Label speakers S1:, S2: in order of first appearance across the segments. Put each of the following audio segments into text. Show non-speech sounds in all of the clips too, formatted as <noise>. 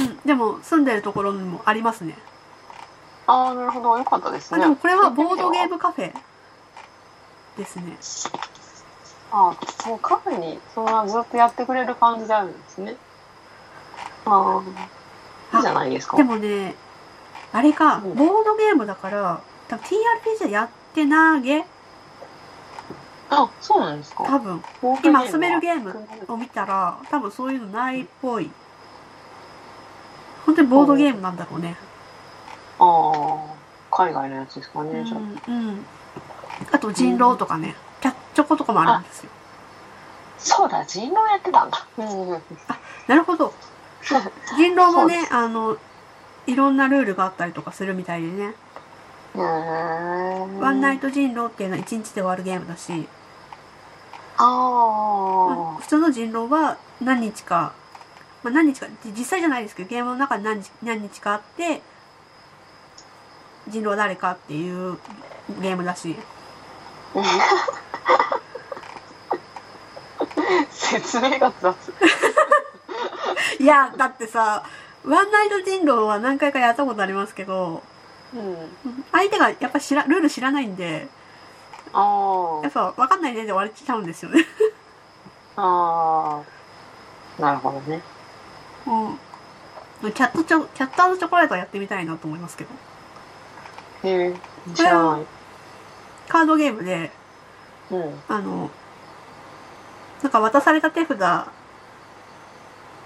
S1: うん、でも住んでるところにもありますね
S2: ああ、なるほど。よかったです
S1: あ
S2: ね。
S1: でもこれはボードゲームカフェですね
S2: ああ、もうカフェに、そんなずっとやってくれる感じであるんですね。ああ、いいじゃないですか。
S1: でもねあれか
S2: うん
S1: ボードゲームだから多分 TRPG やってなげ
S2: あ、そうなんですか。
S1: 多分
S2: ボード
S1: 今遊べるゲー
S2: は
S1: ムを見たら多分そういうのないっぽい本当にボードゲームなんだろうね
S2: ああ、海外のやつですか
S1: う
S2: ね。じゃあ
S1: ん、うん、あと人狼とかねキャッチョコとかもあるんですよ
S2: そうだ、人狼やってたんだ。うんうん。
S1: なるほど人狼も
S2: そう
S1: ねあのいろんなルールがあったりとかするみたいでねワンナイ
S2: ト。
S1: ト人狼っていうのは1日で終わるゲームだし、
S2: あ
S1: 普通の人狼は何日か、まあ、何日か実際じゃないですけどゲームの中で何日何日かあって人狼は誰かっていうゲームだし
S2: あ、説明が雑。
S1: いやだってさワンナイト人狼は何回かやったことありますけど
S2: うん。
S1: 相手がやっぱ知らルール知らないんで
S2: あ
S1: やっぱ分かんないねで終われちゃうんですよね、
S2: あ、ああ、なるほどね。
S1: うん、キャットチョキャットチョコレートはやってみたいなと思いますけど
S2: へえ、知らない。
S1: カードゲームで
S2: うん。
S1: あの、なんか渡された手札、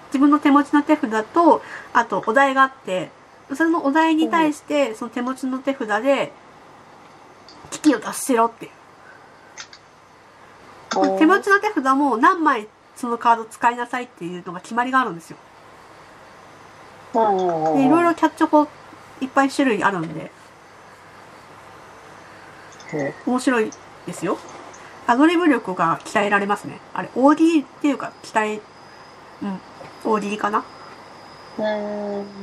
S1: 自分の手持ちの手札と、あとお題があって、そのお題に対して、その手持ちの手札で、危機を脱せろっていう。手持ちの手札も何枚そのカード使いなさいっていうのが決まりがあるんですよ。で、い
S2: い
S1: ろいろキャッチョコいっぱい種類あるんで、面白いですよ。アドリブ力が鍛えられますね。あれ、OD っていうか、鍛え、うん、OD かな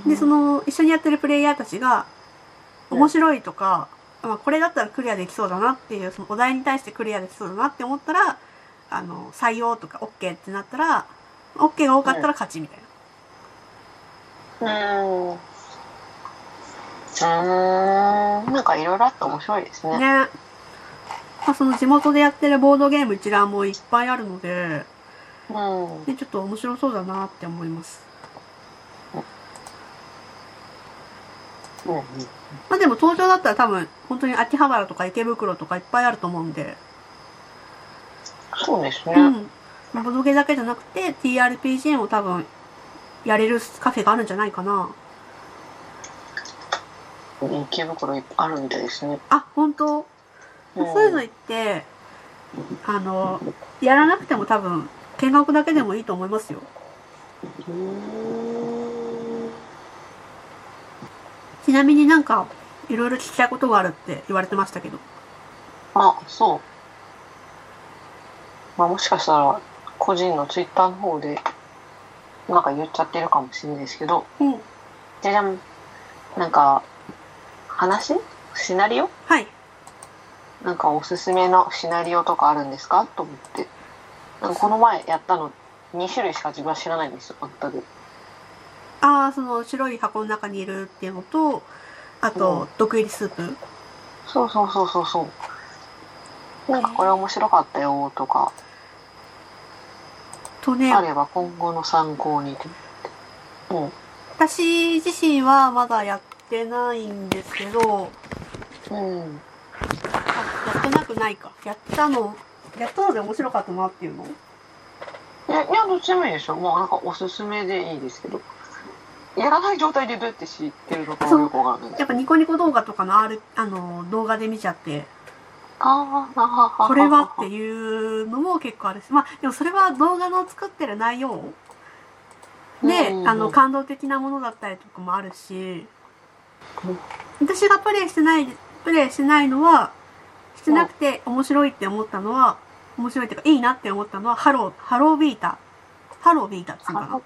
S1: でその一緒にやってるプレイヤーたちが
S2: うん
S1: 面白いとか、まあ、これだったらクリアできそうだなっていうそのお題に対してクリアできそうだなって思ったらあの採用とか OK ってなったら OK が多かったら勝ちみたいな、
S2: うん。うん。なんかいろいろあって面白いですね。
S1: ね、まあ、その地元でやってるボードゲーム一覧もいっぱいあるので
S2: うん。
S1: でちょっと面白そうだなって思います
S2: うん
S1: まあでも東京だったら多分本当に秋葉原とか池袋とかいっぱいあると思うんで
S2: そうですね。
S1: うんまあボドゲだけじゃなくて TRPG も多分やれるカフェがあるんじゃないかな
S2: 池袋いっぱいあるみたいですね。
S1: あ本当、
S2: うん
S1: そういうの言ってあのやらなくても多分見学だけでもいいと思いますよ
S2: うん
S1: ちなみになんかいろいろ聞きたいことがあるって言われてましたけど
S2: あ、そう。まあもしかしたら、個人のツイッターの方で、なんか言っちゃってるかもしれないですけど、
S1: うん
S2: じゃじゃん。なんか、話シナリオ
S1: はい
S2: なんかおすすめのシナリオとかあるんですかと思って。なんかこの前やったの2種類しか自分は知らないんですよ、全く。
S1: ああその白い箱の中にいるっていうのとあ
S2: うん
S1: と毒入りスープ
S2: そうそうそうそうそう。なんかこれ面白かったよとか、
S1: とね
S2: あれば今後の参考にと思って。
S1: 私自身はまだやってないんですけど
S2: うん。うん。
S1: あやってなくないかやったのやったので面白かったなっていうの
S2: え、いや、どっちでもいいでしょ。もうなんかおすすめでいいですけど。やらない状態でどうやって知ってるのかもよくわからない。
S1: やっぱニコニコ動画とかのあるあの動画で見ちゃって
S2: あーあははは、
S1: これはっていうのも結構あるしまあでもそれは動画の作ってる内容で、
S2: うんうんうん
S1: あの感動的なものだったりとかもあるし私がプレイしてないプレイしてないのはしてなくて面白いって思ったのは面白いっていうかいいなって思ったのはハローハロービータハロービータっつうのかな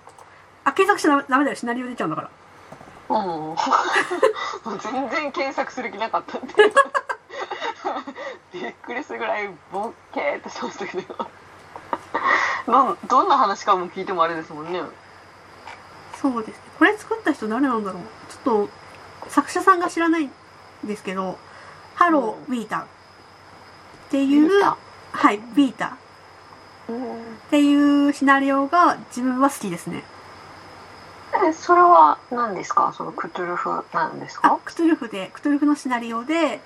S1: あ検索しちゃダメだよシナリオ出ちゃうんだから
S2: うん、全然検索する気なかったんでびっくりするぐらいボッケーってしましたけ <laughs> どどんどんな話かも聞いてもあれですもんね
S1: そうですねこれ作った人誰なんだろうちょっと作者さんが知らないんですけど「ハロービータ」っていう、
S2: 見た
S1: はいビータ
S2: うん
S1: っていうシナリオが自分は好きですね
S2: えそれは何ですかそのクトゥルフなんです
S1: あ
S2: か
S1: クトゥルフでクトゥルフのシナリオで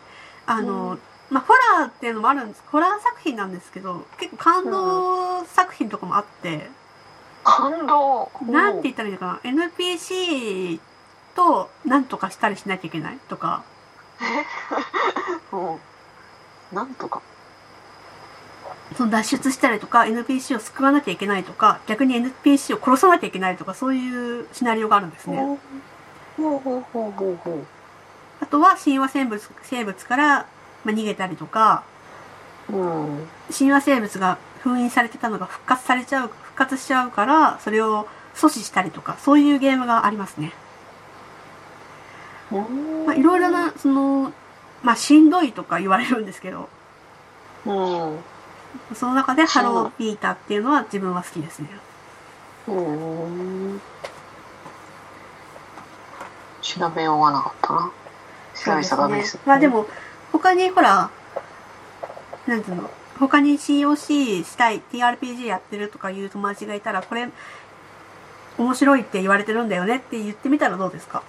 S1: あの、
S2: うん
S1: まあ、ホラーっていうのもあるんですホラー作品なんですけど結構感動作品とかもあって、
S2: <laughs> 感動
S1: なんて言ったらいいのかな NPC と何とかしたりしなきゃいけないとか
S2: うんなんとか
S1: その脱出したりとか NPC を救わなきゃいけないとか逆に NPC を殺さなきゃいけないとかそういうシナリオがあるんですね。
S2: ほうほうほうほうほ
S1: あとは神話生物生物から、まあ、逃げたりとか
S2: ううん
S1: 神話生物が封印されてたのが復活されちゃう復活しちゃうからそれを阻止したりとかそういうゲームがありますね。まあ、いろいろなその、まあ、しんどいとか言われるんですけど
S2: うん
S1: その中で
S2: し
S1: ハ
S2: んどい
S1: ローピーターっていうのは自分は好きですね。
S2: うん調べようがなかったな調べちゃダメです
S1: まあでも、他にほら、なんていうの、他に COC したい、TRPG やってるとかいう友達がいたら、これ、面白いって言われてるんだよねって言ってみたらどうですか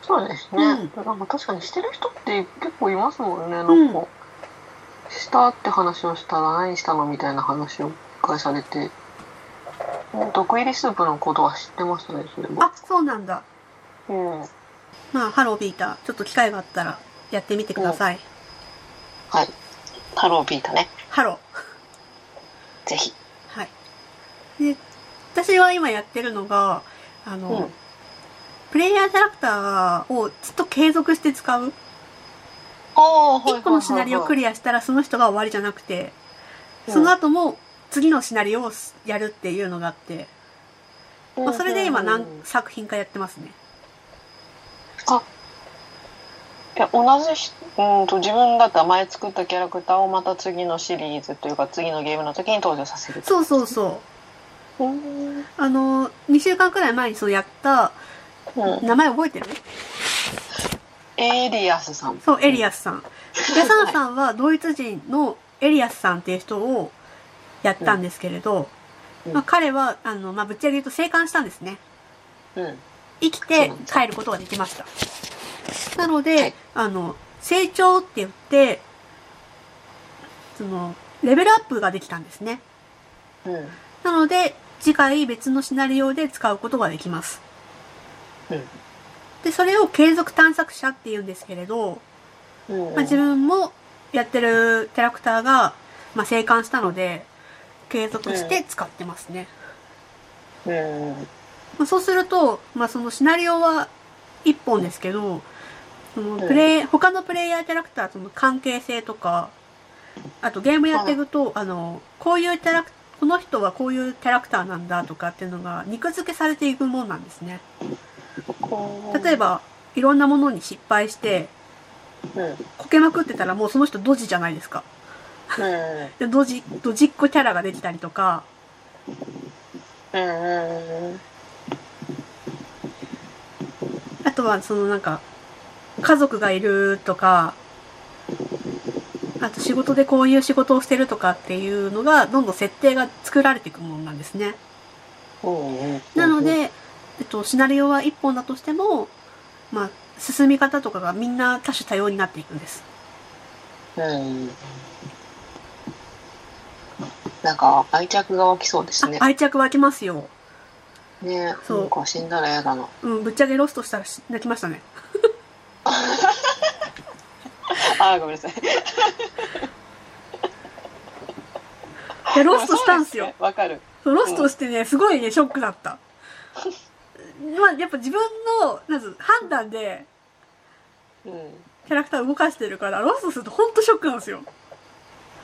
S2: そうですね、
S1: うん
S2: だからまあ確かにしてる人って結構いますもんねなんか、
S1: う
S2: したって話をしたら何したのみたいな話を返されて毒入りスープのことは知ってましたねそれも
S1: あ、そうなんだ。
S2: うんはい
S1: まあ、ハロービーター、ちょっと機会があったらやってみてください。
S2: ハローピータね
S1: ハロー。 <laughs>
S2: ぜひ
S1: はい。で、私は今やってるのが、あの、
S2: うん
S1: プレイヤーキャラクターをずっと継続して使う。
S2: ああ
S1: 一個のシナリオクリアしたらその人が終わりじゃなくて、
S2: うん
S1: その後も次のシナリオをやるっていうのがあって、まあ、それで今何作品かやってますね。
S2: あいや同じしうんと自分だったら前作ったキャラクターをまた次のシリーズというか次のゲームの時に登場させる
S1: そうそうそう
S2: うん、
S1: う。あの、2週間くらい前にそうやった、
S2: うん、
S1: 名前覚えてる
S2: エイリアスさん
S1: そう、エリアスさん。で、サンさんはドイツ人のエリアスさんっていう人をやったんですけれど、
S2: うん
S1: まあ、彼は、あの、まあ、ぶっちゃけ言うと生還したんですね。
S2: うん
S1: 生きて帰ることができました。なので、
S2: はい
S1: あの、成長って言って、その、レベルアップができたんですね。
S2: うん
S1: なので、次回別のシナリオで使うことができます。
S2: うん
S1: で、それを継続探索者って言うんですけれど、
S2: うん
S1: まあ、自分もやってるキャラクターが、まあ、生還したので、継続して使ってますね。
S2: うん
S1: まあ、そうすると、まあ、そのシナリオは一本ですけど、その
S2: うん
S1: プレイ、他のプレイヤーキャラクターとの関係性とか、あとゲームやっていくと、あの、こういうキャラクこの人はこういうキャラクターなんだとかっていうのが肉付けされていくもんなんですね。例え
S2: ば、
S1: ば、いろんなものに失敗して、
S2: うんうん
S1: こけまくってたらもうその人ドジじゃないですか。
S2: うん
S1: で、ドジ、ドジっ子キャラができたりとか、
S2: うん
S1: あとはそのなんか家族がいるとかあと仕事でこういう仕事をしてるとかっていうのがどんどん設定が作られていくものなんですね。
S2: うん
S1: なので、えっと、シナリオは1本だとしても、まあ、進み方とかがみんな多種多様になっていくんです。
S2: うんなんか愛着が湧きそうです
S1: あ
S2: ね
S1: 愛着湧きますよ。
S2: ね
S1: そう
S2: なんか死んだら嫌だな
S1: うん、ぶっちゃけロストしたらし泣きま <laughs> したね。
S2: あーごめんな <laughs> さい
S1: いや、ロストしたんですよ。
S2: わかる
S1: そうロストしてね、すごいね、ショックだった。まあ、やっぱ自分の、なんつう判断で、
S2: うん
S1: キャラクター動かしてるから、ロストするとほんとショックなんですよ。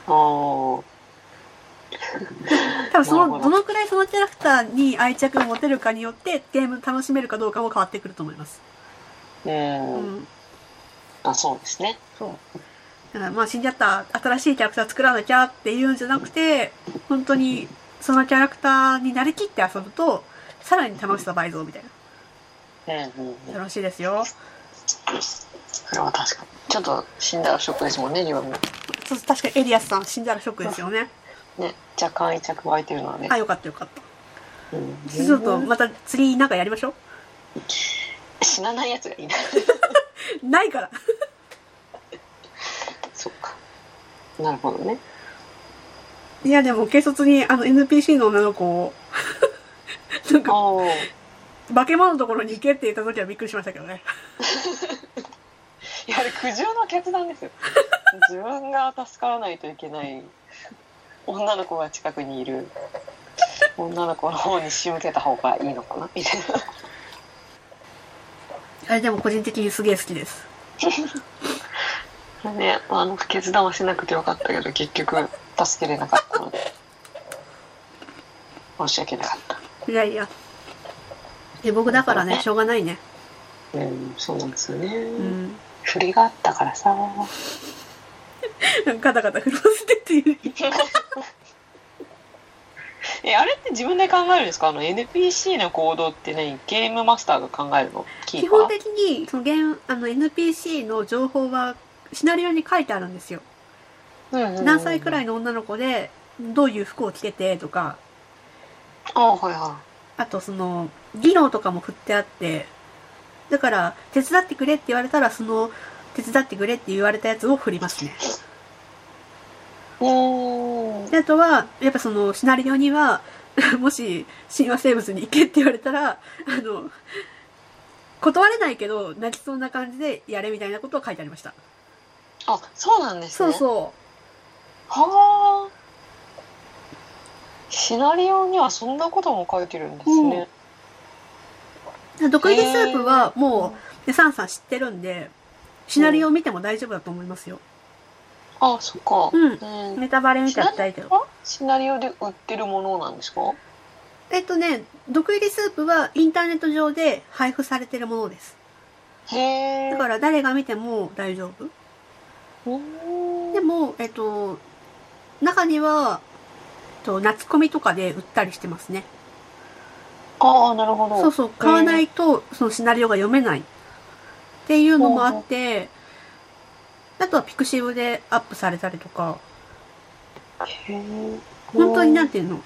S2: おー
S1: 多分そ
S2: なるほ
S1: の、
S2: ど
S1: どのくらいそのキャラクターに愛着を持てるかによって、ゲーム楽しめるかどうかも変わってくると思います。う
S2: うん
S1: ん。
S2: あそうですね
S1: そう。だからまあ死んじゃった新しいキャラクター作らなきゃっていうんじゃなくて、本当にそのキャラクターになりきって遊ぶと、さらに楽しさ倍増みたい
S2: うんうんう。
S1: なん楽しいですよ
S2: それは確かに。ちょっと死んだらショックですもんね、自分も。
S1: そう確かにエリアスさん死んだらショックですよね
S2: ね、若干愛着湧いてるのはね。
S1: あよかったよかった
S2: うん
S1: ちょっとまた次なんかやりましょ
S2: 死なないやつがいい <laughs> な。
S1: うないから
S2: そっか。なるほどね。
S1: いやでも軽率にあの NPC の女の子を <laughs> なんか
S2: ああ。
S1: 化け物のところに行けって言った時はびっくりしましたけどね
S2: いやあれ苦渋の決断ですよ自分が助からないといけない女の子が近くにいる女の子の方に仕向けた方がいいのかなみたいな
S1: あれでも個人的にすげえ好きです
S2: ねあの決断はしなくてよかったけど結局助けれなかったので申し訳なかっ
S1: いやいやで僕だからねしょうがないね
S2: たうんそうなんですよね、
S1: うん
S2: 振りがあったからさ
S1: ガタガタ振らせてっていう
S2: <laughs> えあれって自分で考えるんですかあの NPC の行動って何ゲームマスターが考えるのキー
S1: 基
S2: パー
S1: 本的にそのゲームあの NPC の情報はシナリオに書いてあるんですよ
S2: うんうんうん
S1: 何歳くらいの女の子でどういう服を着ててとか
S2: あはいはい
S1: あとその技能とかも振ってあってだから手伝ってくれって言われたらその手伝ってくれって言われたやつを振りますね
S2: お
S1: であとはやっぱそのシナリオには <laughs> もし神話生物に行けって言われたらあの断れないけど泣きそうな感じでやれみたいなことを書いてありました
S2: あそうなんです
S1: そ
S2: ね
S1: うそう
S2: はあシナリオにはそんなことも書いてるんですね、
S1: 毒入りスープはもうねサンさん知ってるんでシナリオを見ても大丈夫だと思いますよ、
S2: あそっか
S1: うん
S2: ん
S1: ネタバレみたいな大丈夫
S2: あシナリオで売ってるものなんですか
S1: えっとね毒入りスープはインターネット上で配布されてるものです
S2: へえ
S1: だから誰が見ても大丈夫でもえっと中には、えっと、夏コミとかで売ったりしてますね
S2: ああなるほど
S1: そうそう買わないとそのシナリオが読めないっていうのもあってあとはピクシブでアップされたりとか
S2: へえ
S1: 本当になんていうの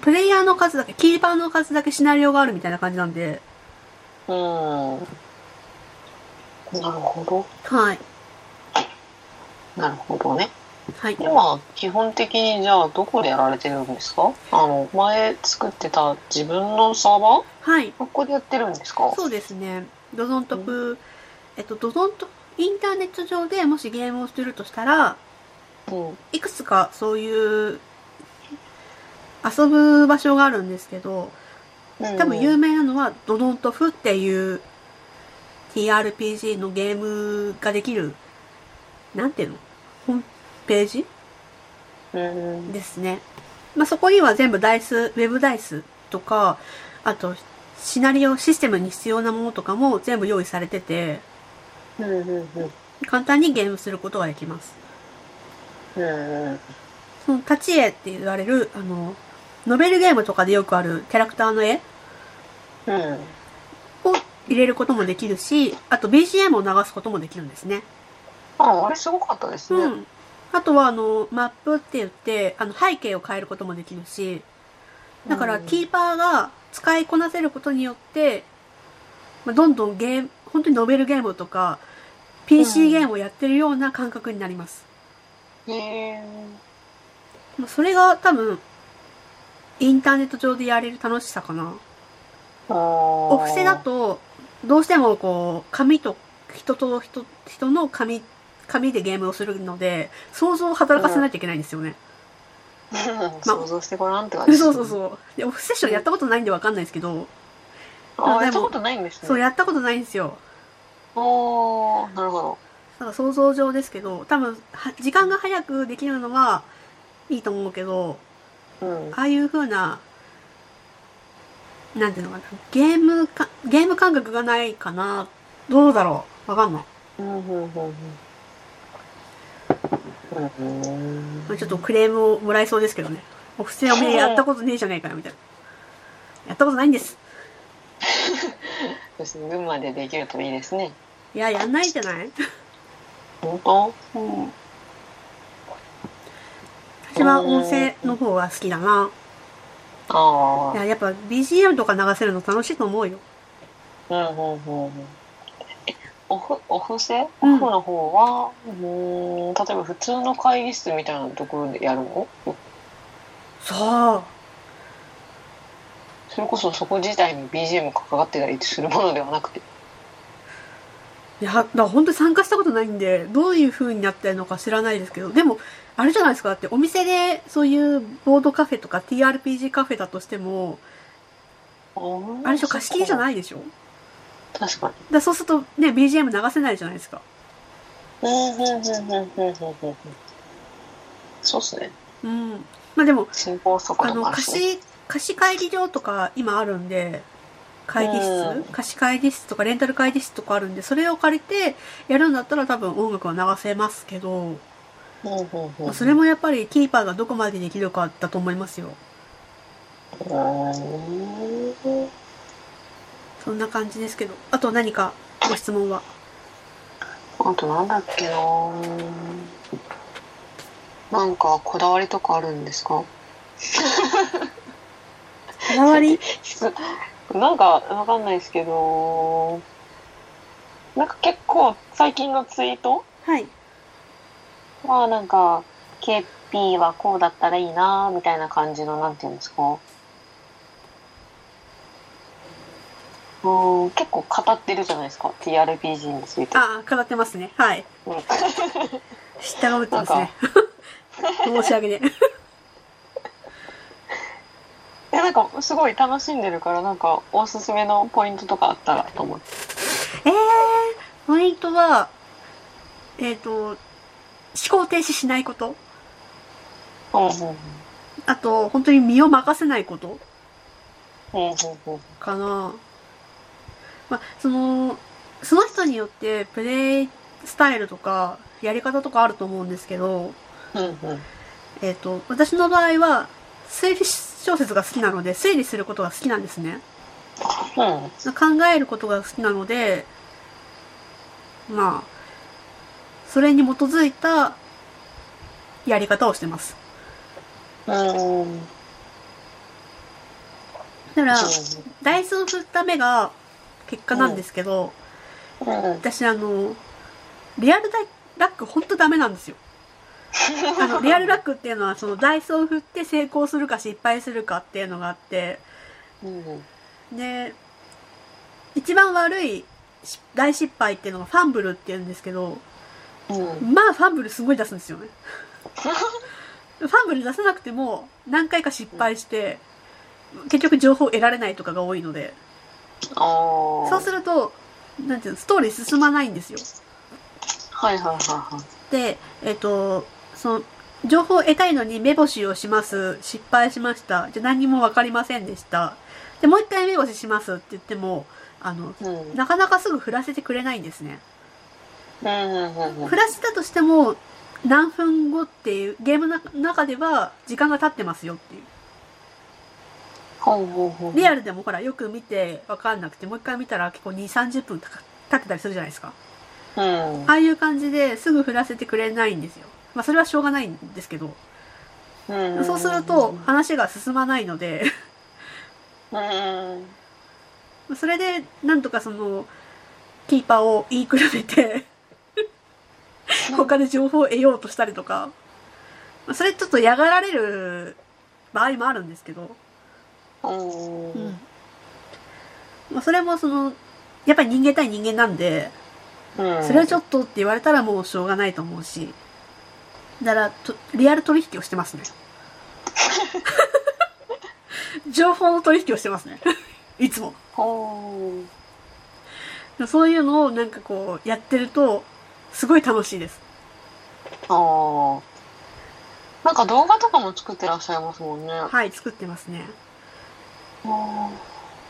S1: プレイヤーの数だけ、キーパーの数だけシナリオがあるみたいな感じなんで。
S2: うんなるほど
S1: はい。
S2: なるほどね
S1: はい。
S2: 今基本的にじゃあどこでやられてるんですかあの前作ってた自分のサーバー
S1: はい。
S2: ここでやってるんですか
S1: そうですね。ドドントプ、えっと、ドドント、インターネット上でもしゲームをするとしたら、
S2: うん
S1: いくつかそういう、遊ぶ場所があるんですけど、多分有名なのはドドントフっていう TRPG のゲームができる、なんていうのホームページ
S2: うん
S1: ですね。まあ、そこには全部ダイス、ウェブダイスとか、あと、シナリオシステムに必要なものとかも全部用意されてて、
S2: うんうんうん
S1: 簡単にゲームすることができます。
S2: うんうん
S1: その、立ち絵って言われる、あの、ノベルゲームとかでよくあるキャラクターの絵
S2: うん
S1: を入れることもできるし、あと BGM を流すこともできるんですね。
S2: ああれすごかったですね、
S1: うん。あとは、あの、マップって言って、あの、背景を変えることもできるし、だから、キーパーが使いこなせることによって、まあ、どんどんゲーム、本当にノベルゲームとか、
S2: う
S1: PC
S2: ん
S1: ゲームをやってるような感覚になります。
S2: へえ
S1: まあそれが多分、インターネット上でやれる楽しさかな。
S2: あお
S1: お布施だと、どうしてもこう、紙と、人と人、人の紙、紙でゲームをするので、想像を働かせないといけないんですよね。
S2: <laughs> 想像してごらんって感じ
S1: そうそうそう。で、オフセッションやったことないんでわかんないですけど、
S2: あ
S1: あで
S2: あ
S1: も
S2: やったことないんですね
S1: そう、やったことないんですよ。
S2: おーなるほど
S1: なんか想像上ですけど、多分、は時間が早くできるのはいいと思うけど、
S2: うん
S1: ああいう風な、なんていうのかな、ゲームか、ゲーム感覚がないかな、どうだろう、わかんない。
S2: うんうんうんうんうん
S1: まあちょっとクレームをもらいそうですけどね。お布施おめえやったことねえじゃねえかよ、みたいな。やったことないんです。
S2: そして群馬でできるといいですね。
S1: いや、やんないんじゃない
S2: 本当
S1: うん。私は音声の方が好きだな。
S2: あ
S1: いや、やっぱ BGM とか流せるの楽しいと思うよ。
S2: あ。うんうんうんうん。えオフ、オフ制
S1: う
S2: オ
S1: ん
S2: フの方は、うーん、例えば普通の会議室みたいなところでやるの
S1: そう。
S2: それこそそこ自体に BGM かかってたりするものではなくて。
S1: いや、だから本当に参加したことないんで、どういう風になってるのか知らないですけど、でも、あれじゃないですか、だってお店でそういうボードカフェとか TRPG カフェだとしても、あれでしょ、貸し切りじゃ
S2: い
S1: ないでしょだか
S2: 確かに。
S1: らそうするとね、BGM 流せないじゃないですか。
S2: うんうんうんうんうんうんうん。そうっすね。
S1: うん。まあでも、
S2: 進行速
S1: あ
S2: 度
S1: の、
S2: もある
S1: 貸
S2: し、ね。
S1: し、貸し会議場とか今あるんで、会議
S2: う
S1: 室
S2: ん
S1: 貸し会議室とかレンタル会議室とかあるんで、それを借りてやるんだったら多分音楽を流せますけど、
S2: うんうんうん
S1: まあそれもやっぱりキーパーがどこまでできるかだと思いますよ。
S2: うーん
S1: そんな感じですけど、あと何かご質問は。
S2: あとなんだっけななんかこだわりとかあるんですか
S1: こだわり
S2: <laughs> なんかわかんないですけどなんか結構最近のツイート
S1: はい。
S2: はなんか KP はこうだったらいいなみたいな感じのなんていうんですかうん結構語ってるじゃないですか TRPG について。
S1: ああ、語ってますね。はい。
S2: うん
S1: 知ったがぶってますね。申し <laughs> 訳ね。
S2: えなんかすごい楽しんでるからなんかおすすめのポイントとかあったらと思って
S1: えー、ポイントは、えっ、と、思考停止しないこと。
S2: うん
S1: あと、本当に身を任せないこと
S2: うんうんうん
S1: かな。まあ、その、その人によってプレイスタイルとか、やり方とかあると思うんですけど、
S2: うんうん
S1: えっ、と、私の場合は、推理小説が好きなので、推理することが好きなんですね。
S2: うん
S1: 考えることが好きなので、まあ、それに基づいたやり方をしてます。
S2: うん
S1: だから、ダイスを振った目が結果なんですけど、
S2: うん
S1: 私あの、リアルダイラックほんとダメなんですよ。あの、リアルラックっていうのは、そのダイスを振って成功するか失敗するかっていうのがあって、
S2: うん
S1: で、一番悪いし大失敗っていうのがファンブルっていうんですけど、
S2: うん
S1: まあファンブルすごい出すんですよね。ファンブル出さなくても何回か失敗して、結局情報得られないとかが多いので、
S2: ああ
S1: そうすると、なんていうの、ストーリー進まないんですよ。
S2: はいはいはいはい
S1: で、えっ、と、その、情報を得たいのに目星をします。失敗しました。じゃあ何にもわかりませんでした。で、もう一回目星しますって言っても、あの、
S2: うん
S1: なかなかすぐ振らせてくれないんですね。
S2: うんうんうん
S1: 振らせたとしても、何分後っていう、ゲームの中では時間が経ってますよっていう。
S2: ほうほうほう
S1: リアルでもほら、よく見てわかんなくて、もう一回見たら結構2、30分たか経ってたりするじゃないですか。
S2: うん
S1: ああいう感じですぐ振らせてくれないんですよ。まあそれはしょうがないんですけど。
S2: うん
S1: そうすると話が進まないので、
S2: うん
S1: それでなんとかその、キーパーを言いくるめて、他で情報を得ようとしたりとか、まあそれちょっと嫌がられる場合もあるんですけど、
S2: うん
S1: まあそれもその、やっぱり人間対人間なんで、
S2: うん
S1: それはちょっとって言われたらもうしょうがないと思うし、だからと、リアル取引をしてます
S2: <laughs>
S1: ね。情報の取引をしてますね。いつも。
S2: ほう
S1: そういうのをなんかこうやってるとすごい楽しいです。
S2: ああなんか動画とかも作ってらっしゃいますもんね
S1: はい、作ってますね。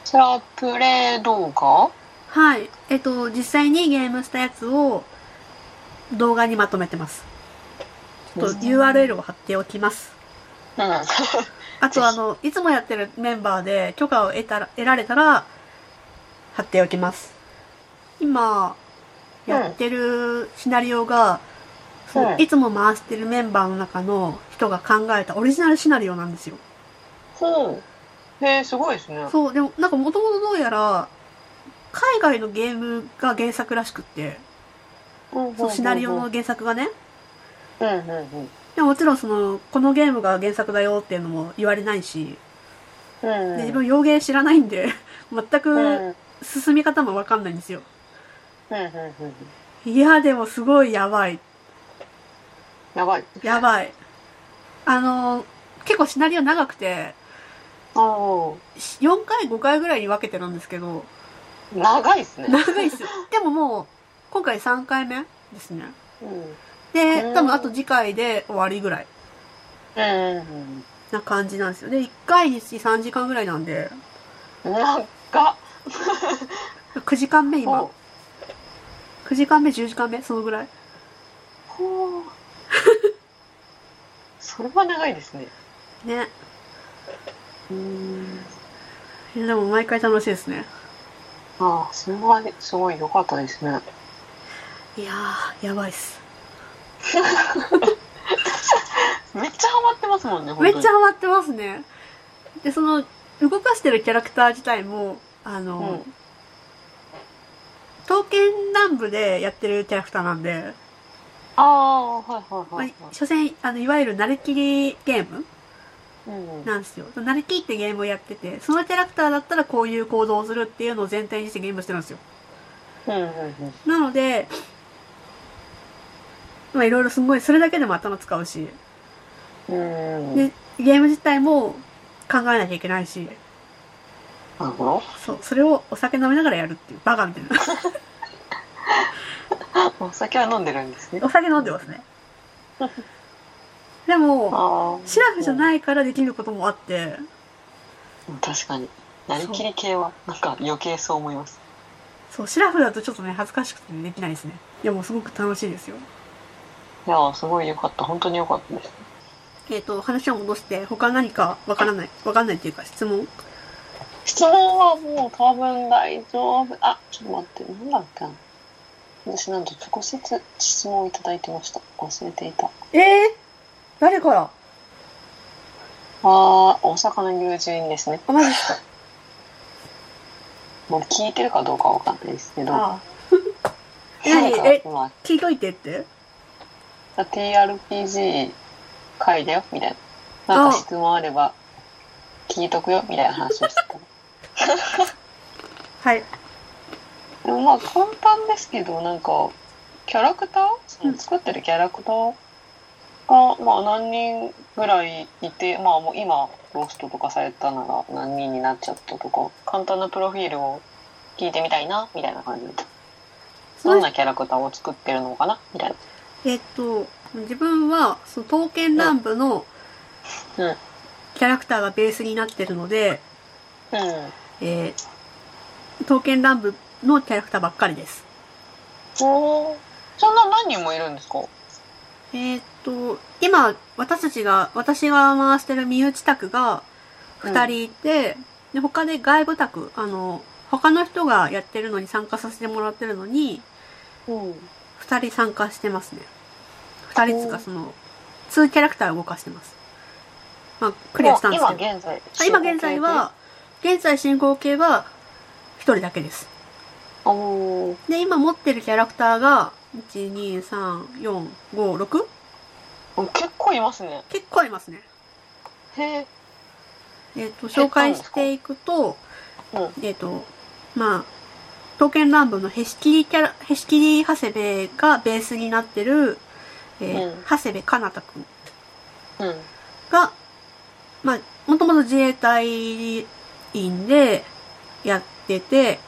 S2: それはプレイ動画
S1: はい。えっと、実際にゲームしたやつを動画にまとめてます。ちょっと URL を貼っておきます。
S2: うん。 <laughs>
S1: あとあの、いつもやってるメンバーで許可を得たら、得られたら、貼っておきます。今、
S2: うん
S1: やってるシナリオが、その
S2: うん
S1: いつも回してるメンバーの中の人が考えたオリジナルシナリオなんですよ。
S2: ほう。へえ、すごいですね。
S1: そう、でもなんかもともとどうやら、海外のゲームが原作らしくって、
S2: うん
S1: そのシナリオの。原作がね。
S2: うんうんうん。
S1: でももちろんその、このゲームが原作だよっていうのも言われないし、
S2: うん、
S1: で自分洋芸知らないんで、 <laughs> 全
S2: うんうん
S1: く進み方もわかんないんですよ。
S2: うんうん。
S1: いや、でもすごいやばい。
S2: やばい。
S1: やばい。あの、結構シナリオ長くて、
S2: ああ。
S1: し4回、5回ぐらいに分けてなんですけ
S2: <laughs>
S1: ど、
S2: 長いですね。
S1: 長いっす。でももう、今回3回目ですね。
S2: うん。うんう
S1: で、
S2: ん
S1: 多分あと次回で終わりぐらい
S2: うん
S1: な感じなんですよ。で、1回につき3時間ぐらいなんで、
S2: うん。長っ。
S1: 9時間目今
S2: ほ。
S1: 9時間目、10時間目そのぐらい。
S2: うほう。 <laughs> それは長いですね。
S1: ね。
S2: うん。
S1: いやでも毎回楽しいですね。
S2: ああ、それはねすごい良かったですね。
S1: いやー、やばいっす。
S2: めっちゃハマってますもんね、
S1: めっちゃ
S2: ゃ。
S1: ハマってますね。で、その、動かしてるキャラクター自体も、あの、
S2: うん
S1: 刀剣乱舞でやってるキャラクターなんで、
S2: ああ、はいはい
S1: ま
S2: は
S1: あ
S2: い。、
S1: 所詮、あの、いわゆる慣れきりゲーム
S2: うん。
S1: なんですよ。慣れきりってゲームをやってて、そのキャラクターだったらこういう行動をするっていうのを全体にしてゲームしてるんですよ。
S2: うんうん
S1: なので、まあ、いろいろすごい、それだけでも頭使うし、
S2: うん。うん。
S1: で、ゲーム自体も考えなきゃいけないし、
S2: なるほど。
S1: そう、それをお酒飲みながらやるっていう、バカみたいな。
S2: お酒は飲んでるんですね。
S1: <laughs> お酒飲んでますね。 <laughs> でも、
S2: ああ。
S1: シラフじゃ
S2: い。
S1: ないからできることもあって、
S2: 確かに。なりきり系は、なんか余計そう思います。
S1: そう、シラフだとちょっとね、恥ずかしくてできないですね。いや、もうすごく楽しいですよ。
S2: いやー、すごい良かった。本当に良かったです。
S1: えっ、と、話を戻して、他何かわからない、わかんないっていうか質問
S2: 質問はもう多分大丈夫。あ、ちょっと待って、なんだっけな。私なんと直接質問をいただいてました。忘れていた。
S1: ええ誰から
S2: あー、大阪の友人ですね。
S1: あ、マジですか
S2: もう聞いてるかどうかわかんないですけど。
S1: あえ
S2: 誰か
S1: え
S2: 今、
S1: 聞いといてって
S2: TRPG 回だよ、みたいな。なん
S1: あ
S2: か質問あれば聞いとくよ、みたいな話をしてた。
S1: はい。
S2: でもまあ簡単ですけどなんかキャラクターその作ってるキャラクターが、まあ、何人ぐらいいて、まあ、もう今ローストとかされたなら何人になっちゃったとか簡単なプロフィールを聞いてみたいなみたいな感じで
S1: そ
S2: どん
S1: の
S2: なキャラクターを作ってるのかなみたいな。
S1: えっ、と、自分は、その、刀剣乱舞の
S2: うん、
S1: キャラクターがベースになってるので、
S2: うん
S1: えー、刀剣乱舞のキャラクターばっかりです。
S2: おーそんな何人もいるんですか
S1: えーっと、今、私たちが、私が回してる身内宅が2人いて、で、他で外部宅、あの、他の人がやってるのに参加させてもらってるのに、
S2: うん。
S1: 2人参加してますね。2人っつう
S2: お
S1: か、
S2: ー
S1: その、2キャラクターを動かしてます。まあ、クリアしたんですけど。
S2: 今現在
S1: あ今現在は、現在進行形は1人だけです。
S2: おー
S1: で、今持ってるキャラクターが、1、2、3、4、5、6?
S2: 結構いますね
S1: 結構いますね。
S2: へえ
S1: えっ、と、紹介していくと、
S2: そうなんで
S1: えっ、と、まあ、刀剣乱舞のへし切りキャラ、へし切り長谷部がベースになってる、えー
S2: うん
S1: 長谷部かなたくん
S2: うん
S1: が、まあ、もともと自衛隊員でやってて、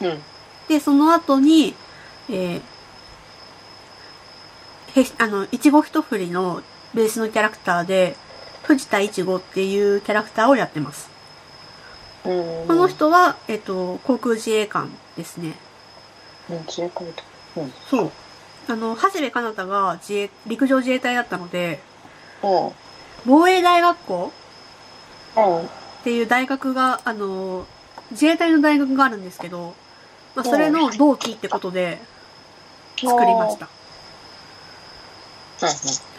S2: うん
S1: で、その後に、えーへし、あの、いちご一振りのベースのキャラクターで、藤田いちごっていうキャラクターをやってます。
S2: うん
S1: この人は、えっと、航空自衛官ですね。
S2: うん自衛隊とうん
S1: そう。あの、長谷部かなたが自衛、陸上自衛隊だったので、
S2: うん
S1: 防衛大学校
S2: うん
S1: っていう大学が、あの、自衛隊の大学があるんですけど、まあ、それの同期ってことで作りました。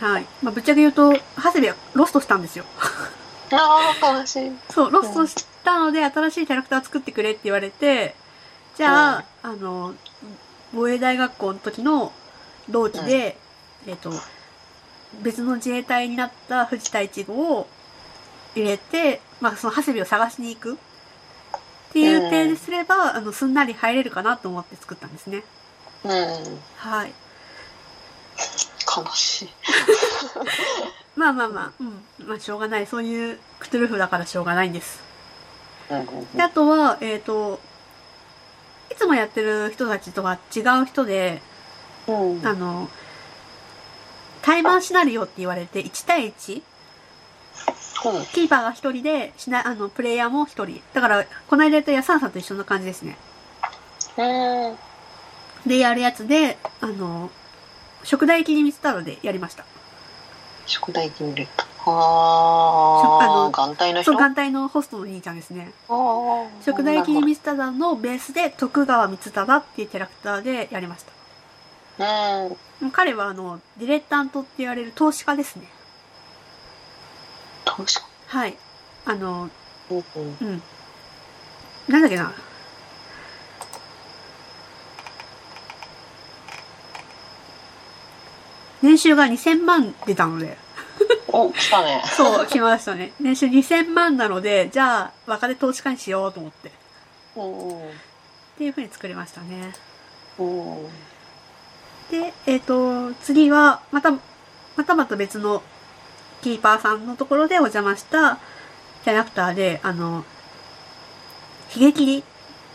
S2: うん
S1: はい。まあ、ぶっちゃけ言うと、長谷部はロストしたんですよ。
S2: ああ、悲しい。
S1: そう、ロストしたので、新しいキャラクター作ってくれって言われて、じゃあ、あの、防衛大学校の時の同期で、えっ、と、別の自衛隊になった藤田一号を入れて、まあ、その長谷部を探しに行くっていう点にすれば、あの、すんなり入れるかなと思って作ったんですね。
S2: うん、
S1: はい。
S2: 悲しい。
S1: まあまあまあ、うん。まあ、しょうがない。そういうクトゥルフだからしょうがないんです。
S2: うんうん
S1: で、あとは、えっ、と、いつもやってる人たちとは違う人で、
S2: うん。うん
S1: あの、タイマンシナリオって言われて、1対1、キーパーが1人で、しなあのプレイヤーも1人。だから、この間やったヤサンさんと一緒な感じですね。
S2: うん。
S1: で、やるやつで、あの、食代切り見せたのでやりました。
S2: 食代金で。ああ、眼帯の
S1: そ
S2: 人。
S1: の眼帯のホストの兄ちゃんですね。食代切り見せただのベースで、徳川光忠っていうキャラクターでやりました。
S2: うん。
S1: もう彼は、あの、ディレッタントって言われる投資家ですね。
S2: どうしよ
S1: はい。あの、
S2: う。うん。
S1: うん。なんだっけな。年収が2000万出たので。
S2: お、来たね。
S1: そう、来ましたね。年収2000万なので、じゃあ、若手投資家にしようと思って。っ
S2: うん
S1: ていうふうに作りましたね。
S2: うん。うん。
S1: で、えっ、と、次は、また、またまた別のキーパーさんのところでお邪魔したキャラクターで、あの、ヒゲ切りっ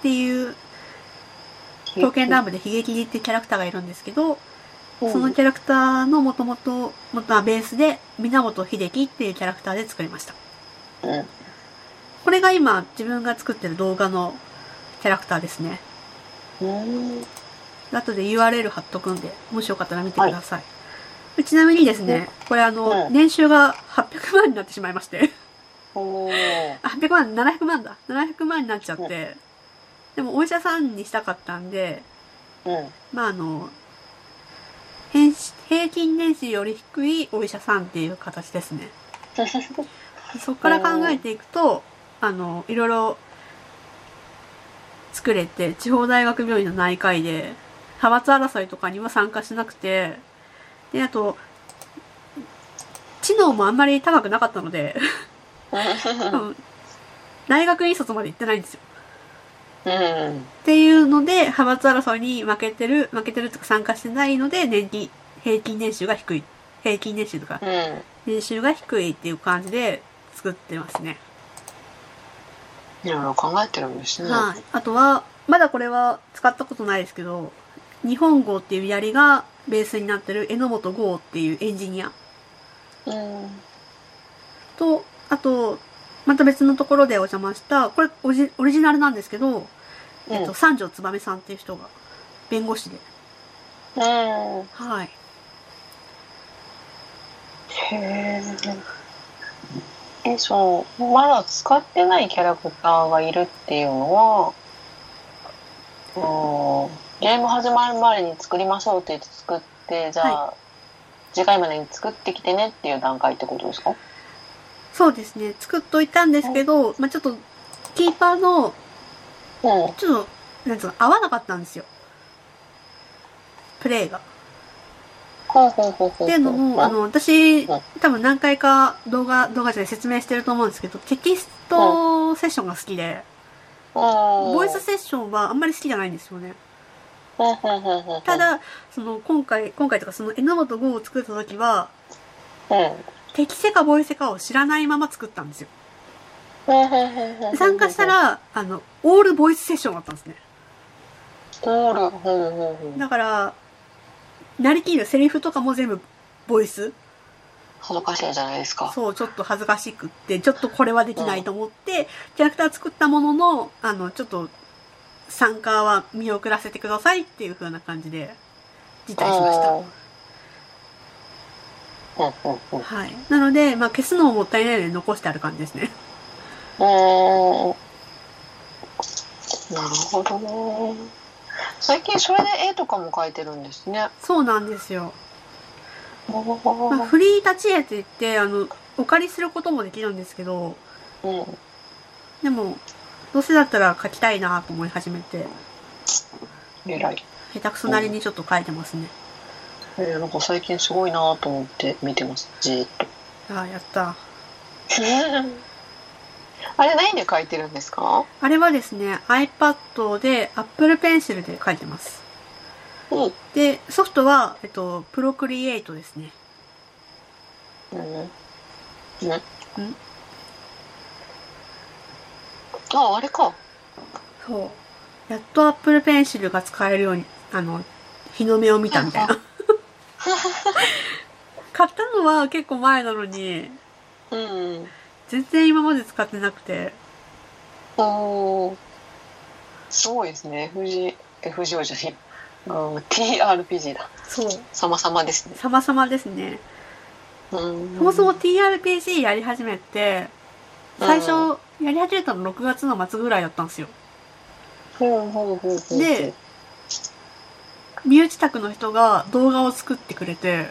S1: ていう、刀剣乱舞でヒゲ切りっていうキャラクターがいるんですけど、
S2: うん
S1: そのキャラクターの元々元々はベースで、源秀樹っていうキャラクターで作りました。
S2: うん。
S1: これが今自分が作ってる動画のキャラクターですね。
S2: うん。
S1: 後で URL 貼っとくんで、もしよかったら見てください。ちなみにですね、これあの、
S2: うん
S1: 年収が800万になってしまいまして。 <laughs>
S2: お
S1: あ800万、700万だ。700万になっちゃって。でもお医者さんにしたかったんで、
S2: うん。
S1: まああの、平平均年収より低いお医者さんっていう形ですね。そこから考えていくと、あの、いろいろ作れて、地方大学病院の内科医で、派閥争いとかには参加しなくて、で、あと、知能もあんまり高くなかったので、多分大学院卒まで行ってないんですよ。
S2: うん。
S1: っていうので、派閥争いに負けてる、負けてるとか参加してないので、年金、平均年収が低い。平均年収とか、
S2: うん。
S1: 年収が低いっていう感じで作ってますね。
S2: いろいろ考えてるんですね。
S1: はい。あとは、まだこれは使ったことないですけど、日本号っていう槍がベースになってる榎本剛っていうエンジニア
S2: うん。
S1: と、あと、また別のところでお邪魔した、これオリジオリジナルなんですけど、えっと、三条燕さんっていう人が、弁護士で。
S2: うん。うん。
S1: はい。
S2: へーえ、その、まだ使ってないキャラクターがいるっていうのは、うん、ゲーム始まる前に作りましょうって言って作って、じゃあ、次回までに作ってきてねっていう段階ってことですか
S1: そうですね。作っといたんですけど、まあちょっと、キーパーの、
S2: うん。うん。
S1: ちょっと、なんつうの、合わなかったんですよ。プレイが。
S2: ほうほうほうほう。
S1: っていうのも、あの、私、
S2: うん
S1: 多分何回か動画、動画じゃない説明してると思うんですけど、テキストセッションが好きで、
S2: うん、
S1: ボイスセッションはあんまり好きじゃないんですよね。
S2: うんうんうんうん
S1: た、だ、その、今回、今回とか、その、榎本剛を作った時は、
S2: うん。
S1: 適正かボイセかを知らないまま作ったんですよ。
S2: うんうんうんうん
S1: で参加した、ら、あの、オールボイスセッションだったんですね。
S2: オール、うんうんうん。
S1: だから、なりきるセリフとかも全部ボイス。
S2: 恥ずかしいじゃないですか。
S1: そう、ちょっと恥ずかしくって、ちょっとこれはできないと思って、キャラクター作ったものの、あの、ちょっと、参加は見送らせてくださいっていう風な感じで、辞退しました。
S2: うんうんうん。
S1: はい。なので、まあ、消すのももったいないので残してある感じですね。
S2: うーんなるほどね。最近それで絵とかも描いてるんですね。
S1: そうなんですよ。
S2: うんうん
S1: まあ、フリー立ち絵って言って、あの、お借りすることもできるんですけど、でも、どうせだったら描きたいなと思い始めて、
S2: 偉い。
S1: 下手くそなりにちょっと描いてますね。
S2: えーなんか最近すごいなと思って見てます。じーっと。
S1: ああ、やった。
S2: あれ何で描いてるんですか？
S1: あれはですね、iPad で Apple Pencil で描いてます。
S2: うん。
S1: で、ソフトは、えっと、Procreate ですね。
S2: うん。
S1: ん
S2: あ、あれか。
S1: そう。やっと Apple Pencil が使えるように、あの、日の目を見たみたいな。 <laughs> 買ったのは結構前なのに、
S2: うん。
S1: 全然今まで使ってなくて。
S2: おーすごいですね。FG、FGO じゃねえ。うん、TRPG だ。
S1: そう。
S2: 様々ですね。
S1: 様々ですね。
S2: うん。
S1: そもそも TRPG やり始めて、最初
S2: うん、
S1: やり始めたの6月の末ぐらいだったんですよ。
S2: ほうほうほうほう
S1: で、身内宅の人が動画を作ってくれて、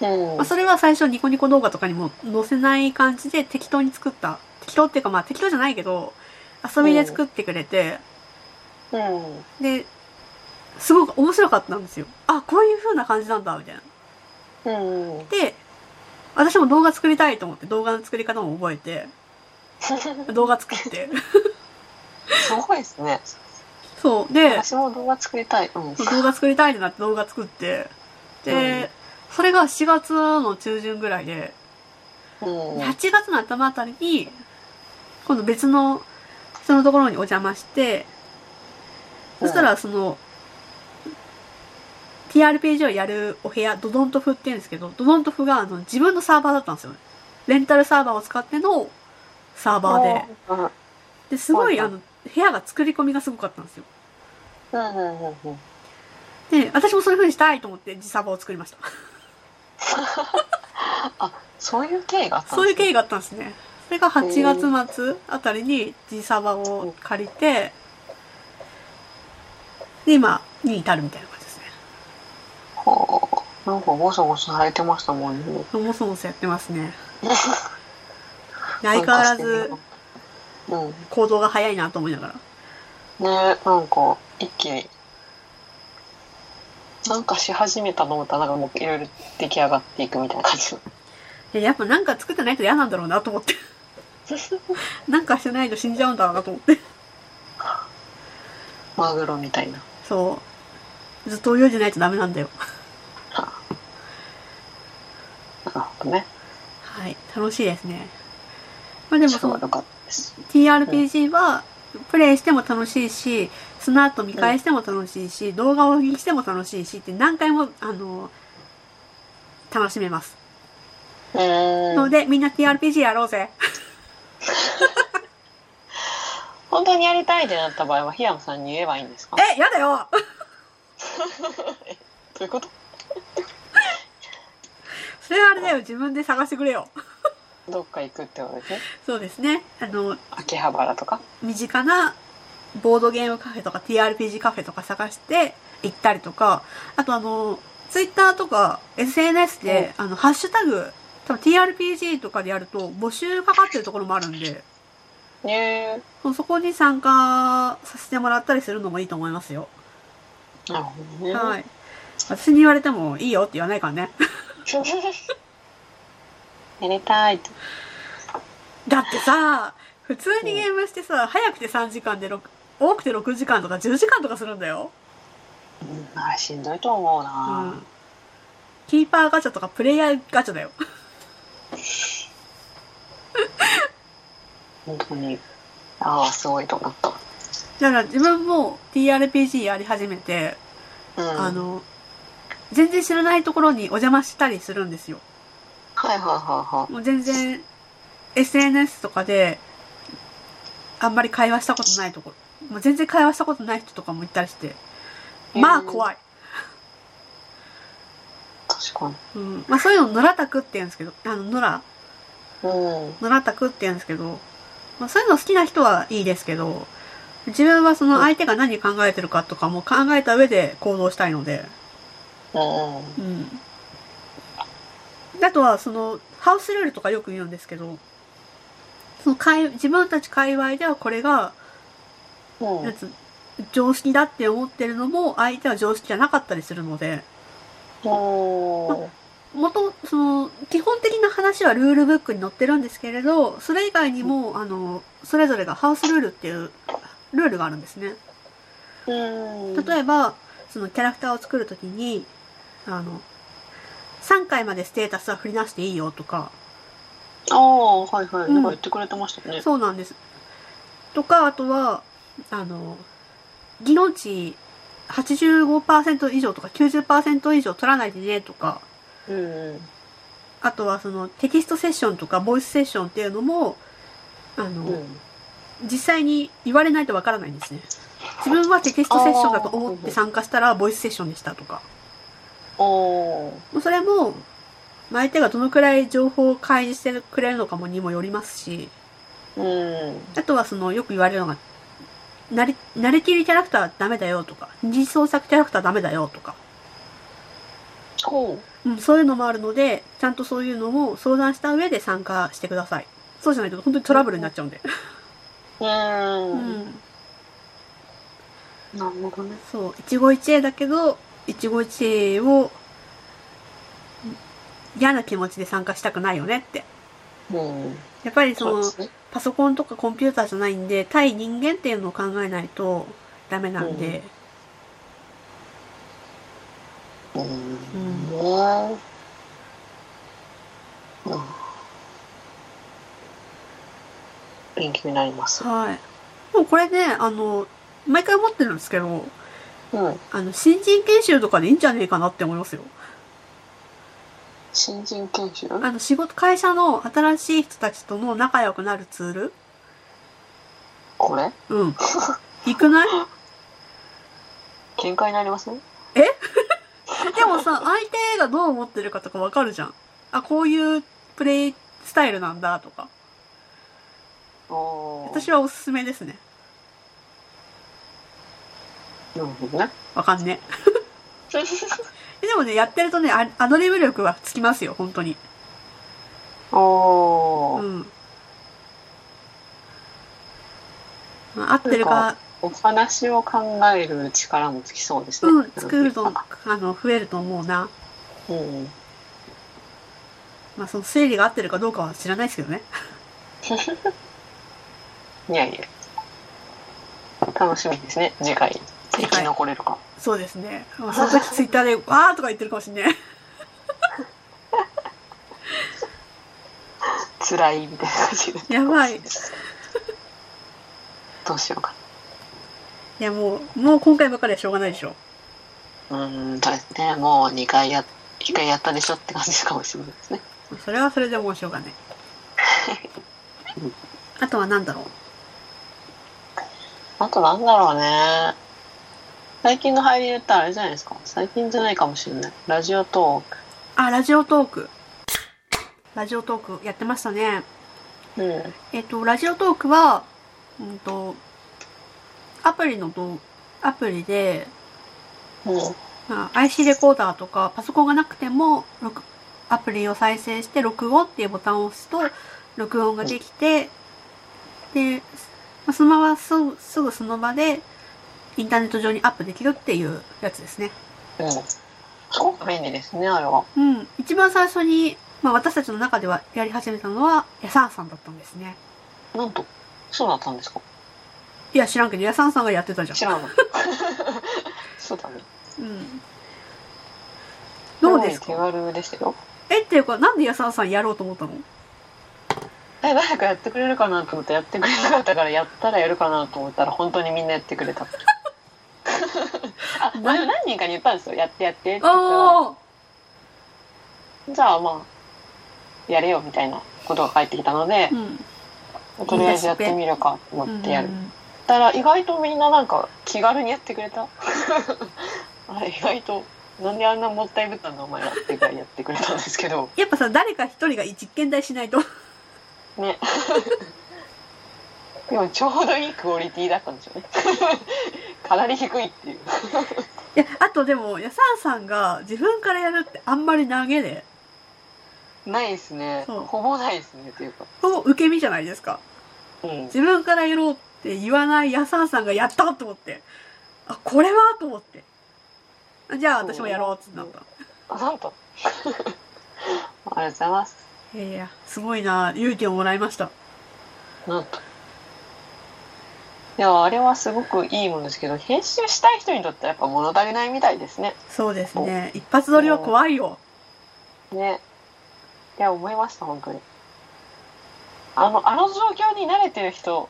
S2: うん
S1: まあ、。それは最初ニコニコ動画とかにも載せない感じで適当に作った。適当っていうかまあ適当じゃないけど、遊びで作ってくれて、
S2: うん。
S1: で、すごく面白かったんですよ。あ、こういう風な感じなんだ、みたいな。
S2: うん。
S1: で、私も動画作りたいと思って動画の作り方も覚えて、動画作って。
S2: すごいですね。
S1: そう。
S2: <laughs>
S1: で、
S2: 私も動画作りたい。うん。
S1: 動画作りたいってなって動画作って。で、それが4月の中旬ぐらいで、
S2: うん。
S1: 8月の頭あたりに、今度別の人のところにお邪魔して、そしたらその、TRPG をやるお部屋、ドドントフって言うんですけど、ドドントフがあの自分のサーバーだったんですよね。レンタルサーバーを使ってのサーバーで。
S2: うん。うん。
S1: で、すごい
S2: は
S1: あ
S2: いは
S1: の、
S2: い
S1: 部屋が作り込みがすごかったんですよ。
S2: うんうんうんうん。
S1: で、私もそういう風にしたいと思って自サーバーを作りました。
S2: そういう経緯があったん
S1: そういう経
S2: 緯。
S1: 緯があったんですね。それが8月末あたりに G サバを借りて、で、今に至るみたいな感じですね。
S2: ほうなんかごそごそされてましたもんね。
S1: もそもそやってますね。相変わらず
S2: うん。ね
S1: 行動が早いなと思いながら。
S2: なんか、一気に。なんかし始めたと思ったら、なんかもういろいろ出来上がっていくみたいな感じ。
S1: でやっぱなんか作ってないと嫌なんだろうなと思って。なんかしてないと死んじゃうんだろうなと思って。
S2: マグロみたいな。
S1: そう。ずっと泳いでないとダメなんだよ。
S2: なるほどね。
S1: はい。楽しいですね。まあでも
S2: そ
S1: そうの
S2: は良かったです。
S1: TRPG はプレイしても楽しいし、その後見返しても楽しいし、動画を聞きしても楽しいしって何回も、あの、楽しめます。
S2: うーん
S1: ので、みんな TRPG やろうぜ。
S2: 本当にやりたいってなった場合は、檜山さんに言えばいいんですか
S1: え、やだよ
S2: どういうこと
S1: <laughs> それはあれだよ、自分で探してくれよ。
S2: どっか行くってことですね。
S1: そうですね。あの、
S2: 秋葉原とか。
S1: 身近なボードゲームカフェとか TRPG カフェとか探して行ったりとか、あとあの、ツイッターとか SNS で、あの、ハッシュタグ、多分 TRPG とかでやると募集かかってるところもあるんで、
S2: ね
S1: そうそこに参加させてもらったりするのもいいと思いますよ。
S2: え。なるほどね。
S1: はい。私に言われてもいいよって言わないからね。
S2: やりたいって。
S1: <laughs> だってさ、普通にゲームしてさ、早くて3時間で6、多くて6時間とか10時間とかするんだよ。
S2: うん、あれしんどいと思う
S1: う
S2: な、
S1: ん。キーパーガチャとかプレイヤーガチャだよ。
S2: 本当に。ああ、すごいと思っ
S1: <laughs>
S2: た。
S1: だから自分も TRPG やり始めて、
S2: うん。
S1: あ、の、全然知らないところにお邪魔したりするんですよ。
S2: はいはいは
S1: もう全然 SNS とかであんまり会話したことないところ。もう全然会話したことない人とかもいたりして。
S2: うん
S1: まあ怖い。
S2: いはい。確かに。
S1: うん。まあそういうの野良宅って言うんですけど、あの野良、
S2: うん。
S1: 野良宅って言うんですけど、まあそういうの好きな人はいいですけど、自分はその相手が何考えてるかとかも考えた上で行動したいので。
S2: うんうん
S1: うん。あとは、その、ハウスルールとかよく言うんですけど、その界、自分たち界隈ではこれが、
S2: うん
S1: なんつう常識だって思ってるのも、相手は常識じゃなかったりするので、
S2: うん
S1: 元、その、基本的な話はルールブックに載ってるんですけれど、それ以外にも、あの、それぞれがハウスルールっていう、ルールがあるんですね。
S2: うん
S1: 例えばそのキャラクターを作るときにあの3回までステータスは振り出していいよとか
S2: ああはいはい、
S1: うん
S2: なんか言ってくれてましたね
S1: そうなんですとかあとはあの技能値85%以上とか90%以上取らないでねとか
S2: うん
S1: あとはそのテキストセッションとかボイスセッションっていうのもあの、
S2: うん
S1: 実際に言われないとわからないんですね自分はテキストセッションだと思って参加したらボイスセッションでしたとか
S2: おー
S1: もうそれも、まあ相手がどのくらい情報を開示してくれるのかもにもよりますし、
S2: うん
S1: あとはその、よく言われるのが、なり、なりきりキャラクターはダメだよとか、二次創作キャラクターはダメだよとか、
S2: こ
S1: うん、そういうのもあるので、ちゃんとそういうのも相談した上で参加してください。そうじゃないと本当にトラブルになっちゃうんで。
S2: ううん、
S1: うん。
S2: なるほどね
S1: そう、一期一会だけど、一期一会を、嫌な気持ちで参加したくないよねって。
S2: うん
S1: やっぱりそ
S2: そう
S1: の
S2: で、すね
S1: パソコンとかコンピューターじゃないんで、対人間っていうのを考えないとダメなんで、
S2: うん
S1: ん
S2: ねうん勉強になります
S1: はい。もうこれね、あの、毎回思ってるんですけど、
S2: うん
S1: あの、新人研修とかでいいんじゃねえかなって思いますよ。
S2: 新人研修
S1: あの、仕事、会社の新しい人たちとの仲良くなるツール
S2: これ <laughs>
S1: うん。行くない
S2: 喧嘩になります
S1: でもさ、相手がどう思ってるかとかわかるじゃん。あ、こういうプレイスタイルなんだとか。
S2: おー
S1: 私はおすすめですね。
S2: なるほどね
S1: わかんねえ。でもね、やってるとね、アアドリブ力はつきますよ、本当に。
S2: お
S1: う
S2: ー
S1: ん。まあ合ってるか、
S2: お話を考える力もつきそうですね
S1: うん、作ると、
S2: なんか
S1: あの、増えると思うな。
S2: うん
S1: まあ、その整理が合ってるかどうかは知らないですけどね。
S2: いやいや。楽しみですね、次回。生き残れるか。
S1: そうですね。まあ、その時ツイッターで、わーとか言ってるかもしんない。
S2: 辛いみたいな感じで。
S1: <laughs> やばい。
S2: どうしようか
S1: いや、もう、もう今回ばかりはしょうがないでしょ。
S2: な。うーん、そうですね。もう2回や、1回やったでしょって感じかもしれないですね。
S1: まあそれはそれでもうしょうがない。あとは何だろう。
S2: あとなんだろうね。最近の俳優ってあれじゃないですか。最近じゃないかもしれない。ラジオト
S1: あ、ラジオトーク。ラジオトークやってましたね。
S2: ーク。うん。
S1: えっと、ラジオトークは、うんと、アプリのど、アプリで、
S2: うん。
S1: まあ IC レコーダーとか、パソコンがなくても、録アプリを再生して、録音っていうボタンを押すと、録音ができて、で、まあそのまますぐ、すぐその場で、インターネット上にアップできるっていうやつですね。
S2: うん。すごく便利ですね、あれは。
S1: うん。一番最初に、まあ私たちの中ではやり始めたのは、ヤサンさんだったんですね。
S2: なんと、そうだったんですか
S1: いや、知らんけど、ヤサンさんがやってたじゃん
S2: 知。らんの。 <laughs> そうだね。
S1: うんどうです
S2: ごい
S1: か
S2: 手軽でしたよ。
S1: えっていうかなんで安田さんやろうと思ったの
S2: え誰かやってくれるかなと思ってやってくれなかったからやったらやるかなと思ったら本当にみんなやってくれたあでも何人かに言ったんですよやってやってって言ったら
S1: あ
S2: じゃあまあやれよみたいなことが返ってきたので
S1: ー、うん
S2: とりあえずやってみるかと思ってやる、
S1: うん
S2: たら意外とみんななんか気軽にやってくれた <laughs> あれ意外となんであんなもったいぶったんだお前らってぐらいやってくれたんですけど
S1: やっぱさ誰か一人が実験台しないと
S2: ねでもちょうどいいクオリティだったんでしょうね <laughs> かなり低いっていう
S1: いやあとでもやさんさんが自分からやるってあんまり投げで
S2: ないですね
S1: そう
S2: ほぼないですねっていうか
S1: ほぼ受け身じゃないですか
S2: うん
S1: 自分からやろうって言わないやさんさんがやったと思ってあこれはと思ってあじゃあ私もやろうってなった
S2: あなんと <laughs> ありがとうございます
S1: いやいやすごいな勇気をもらいました
S2: なんといやあれはすごくいいものですけど編集したい人にとってはやっぱ物足りないみたいですね
S1: そうですね一発撮りは怖いよ
S2: ねいや思いました本当にあのあの状況に慣れてる人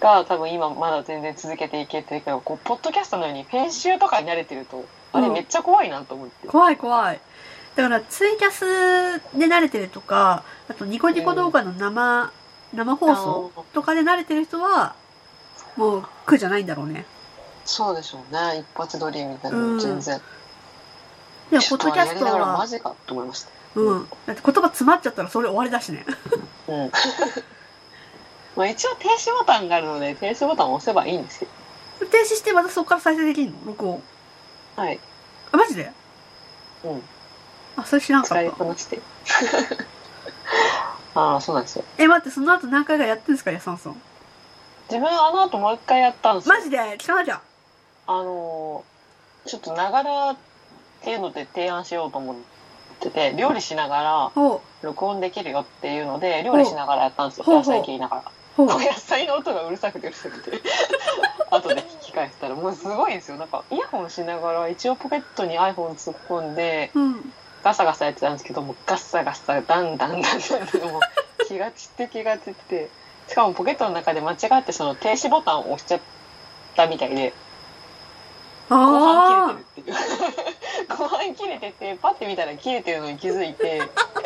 S2: が多分今まだ全然続けていけてるけどこうポッドキャストのように編集とかに慣れてるとあれ
S1: うん
S2: めっちゃ怖いなと思って、
S1: 怖い怖いだからツイキャスで慣れてるとかあとニコニコ動画の生、生放送
S2: あー
S1: とかで慣れてる人はもう苦じゃないんだろうね
S2: そうでしょうね一発撮りみたいな
S1: うん
S2: の全然、
S1: でも
S2: ち
S1: ポ
S2: ょっ
S1: ッド
S2: と
S1: キャ
S2: や
S1: ス
S2: り
S1: ト
S2: ながらマ
S1: は
S2: ジかと思いました
S1: うんだって言葉詰まっちゃったらそれ終わりだしね <laughs>
S2: うんまあ一応停止ボタンがあるので停止ボタンを押せばいいんですよ
S1: 停止してまたそこから再生できるの録音
S2: はい
S1: あマジで
S2: うん
S1: あそれ知らんか
S2: 使い
S1: った
S2: こなして <laughs> ああそうなんですよ
S1: え待ってその後何回かやってんですかヤサンさん
S2: 自分あの後もう一回やったんですよ
S1: マジで聞かなきゃ
S2: あのーちょっとながらっていうので提案しようと思ってて料理しながら
S1: ほう
S2: 録音できるよっていうので料理しながらやったんですよ
S1: ほう
S2: 野菜切りながら
S1: ほう
S2: こう野菜の音がうるさくてうるさくて後で聞き返したらもうすごいんですよなんかイヤホンしながら一応ポケットに iPhone 突っ込んで
S1: うん
S2: ガサガサやってたんですけどもうガッサガサだんだんだんだんもう気が散って気が散ってしかもポケットの中で間違ってその停止ボタンを押しちゃったみたいで後半
S1: あ
S2: 切れてるっていう <laughs> 後半切れててパッて見たら切れてるのに気づいて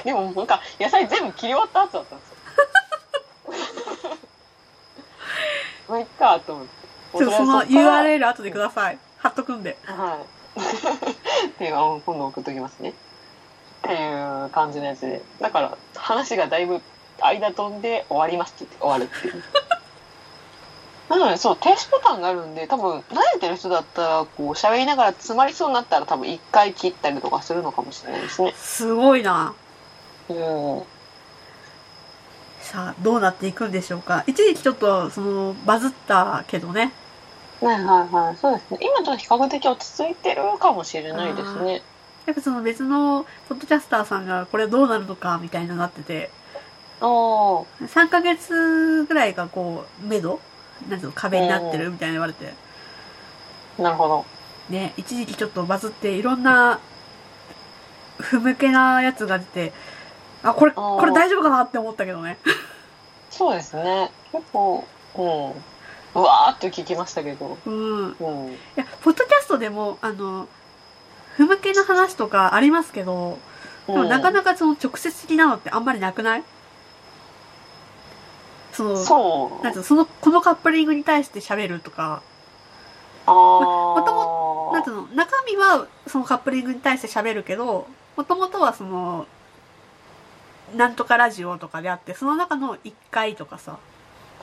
S2: でもなんか野菜全部切り終わった後だったんです
S1: <laughs>
S2: よもういっかと思って
S1: あちょっとその
S2: とりあえず
S1: URL 後でください貼っとくんで
S2: そっからはいっていう <laughs> かうん今度送っときますねっていう感じのやつでだから話がだいぶ間飛んで終わりますって言って終わるっていう <laughs> なのでそう停止ボタンがあるんで多分慣れてる人だったらこう喋りながら詰まりそうになったら多分一回切ったりとかするのかもしれないですね
S1: すごいな
S2: うん
S1: さあどうなっていくんでしょうか一時期ちょっとそのバズったけどね
S2: はいはいはい、そうですね。今とは比較的落ち着いてるかもしれないですね。
S1: やっぱその別のポッドキャスターさんがこれどうなるのかみたいなのなってて
S2: ああ、
S1: 3ヶ月ぐらいがこう目処なんていうの壁になってるみたいな言われて
S2: なるほど。
S1: ね一時期ちょっとバズっていろんな不向けなやつが出てあこれ
S2: おー
S1: これ大丈夫かなって思ったけどね
S2: そうですね。結構、うん。うわーっと聞きましたけど。
S1: うんい
S2: うん。うん。
S1: やポッドキャストでもあの不向けの話とかありますけどでもなかなかその直接的なのってあんまりなくないその
S2: そう。
S1: なんていうのそのこのカップリングに対して喋るとか
S2: ああ。
S1: まとなんていうの中身はそのカップリングに対して喋るけどもともとはそのなんとかラジオとかであってその中の1回とかさ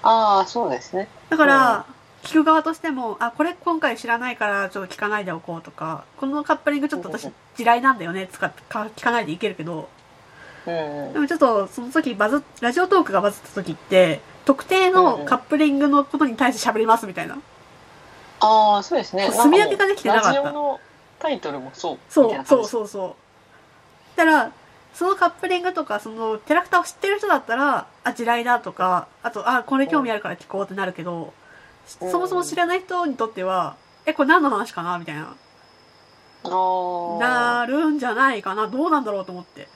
S2: ああ、そうですね。
S1: だから聞く側としてもあこれ今回知らないからちょっと聞かないでおこうとかこのカップリングちょっと私
S2: うん
S1: 地雷なんだよね使ってか聞かないでいけるけど
S2: うん
S1: で。もちょっとその時バズラジオトークがバズった時って特定
S2: うんう
S1: の
S2: ん
S1: カップリングのことに対して喋りますみたいな
S2: ああ、そうですね。
S1: そう墨分けができてなかった
S2: んもうラジオのタイトルもそう。みたい
S1: そう
S2: な
S1: そ
S2: 感
S1: う
S2: じ
S1: そうそうだからそのカップリングとかそのキャラクターを知ってる人だったらあ地雷だとかあとあこれ興味あるから聞こうってなるけど、
S2: うん
S1: そもそも知らない人にとってはえこれ何の話かなみたいな
S2: ああ。
S1: なるんじゃないかなどうなんだろうと思って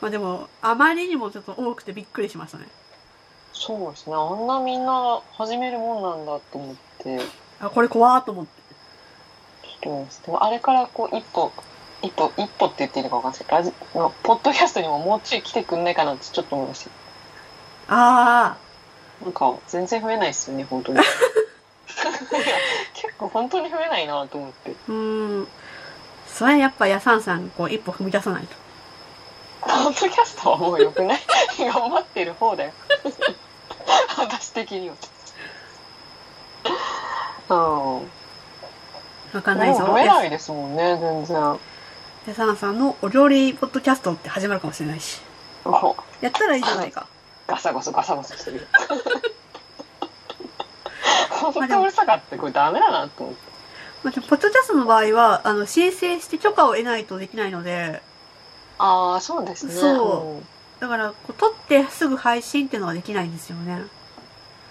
S1: まあでもあまりにもちょっと多くてびっくりしましたね
S2: そうですね。あんなみんな始めるもんなんだと思って。
S1: あこれ怖ーと思って
S2: でもあれからこう一歩一歩一歩って言っていいのか分かんないですけどラジまあポッドキャストにももうちょい来てくんないかなってちょっと思いました
S1: あ
S2: なんか全然増えないですよね本当にいや結構本当に増えないなと思って
S1: あうんそれやっぱヤサンさんこう一歩踏み出さないと
S2: <laughs> ポッドキャストはもうよくない頑張ってる方だよ <laughs> 私的には。うん。
S1: わかんない
S2: も
S1: ぞ。
S2: う飲めないですもんね、全然。
S1: で、サナさんのお料理ポッドキャストって始まるかもしれないし。
S2: もう
S1: やったらいいじゃないか。
S2: ガサゴソガサゴソしてるよ。本当うるさかってこれダメだなと思って。
S1: まあ、でもポッドキャストの場合は、あの、申請して許可を得ないとできないので、
S2: ああ、そうですね。
S1: そうんだから、こう、撮ってすぐ配信っていうのはできないんですよね。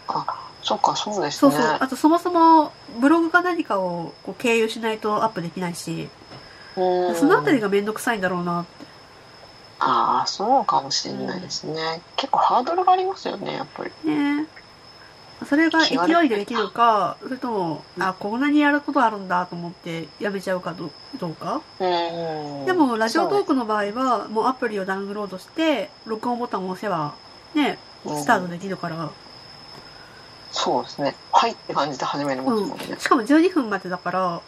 S2: あ、そっか、そうです
S1: そう
S2: ね。
S1: そう。あと、そもそも、ブログか何かをこう経由しないとアップできないし、
S2: うん
S1: そのあたりがめんどくさいんだろうなって。
S2: ああ、そうかもしれないですね。結構ハードルがありますよね、やっぱり。
S1: ねそれが勢いでできるか、それとも、あ、こんなにやることあるんだと思ってやめちゃうかどどうか。
S2: うん。
S1: でも、ラジオトークの場合は、もうアプリをダウンロードして、録音ボタンを押せば、ね、
S2: うん
S1: スタートできるから。
S2: そうですね。はいって感じで始めるもんですもん
S1: うん。
S2: ね。
S1: しかも12分までだから、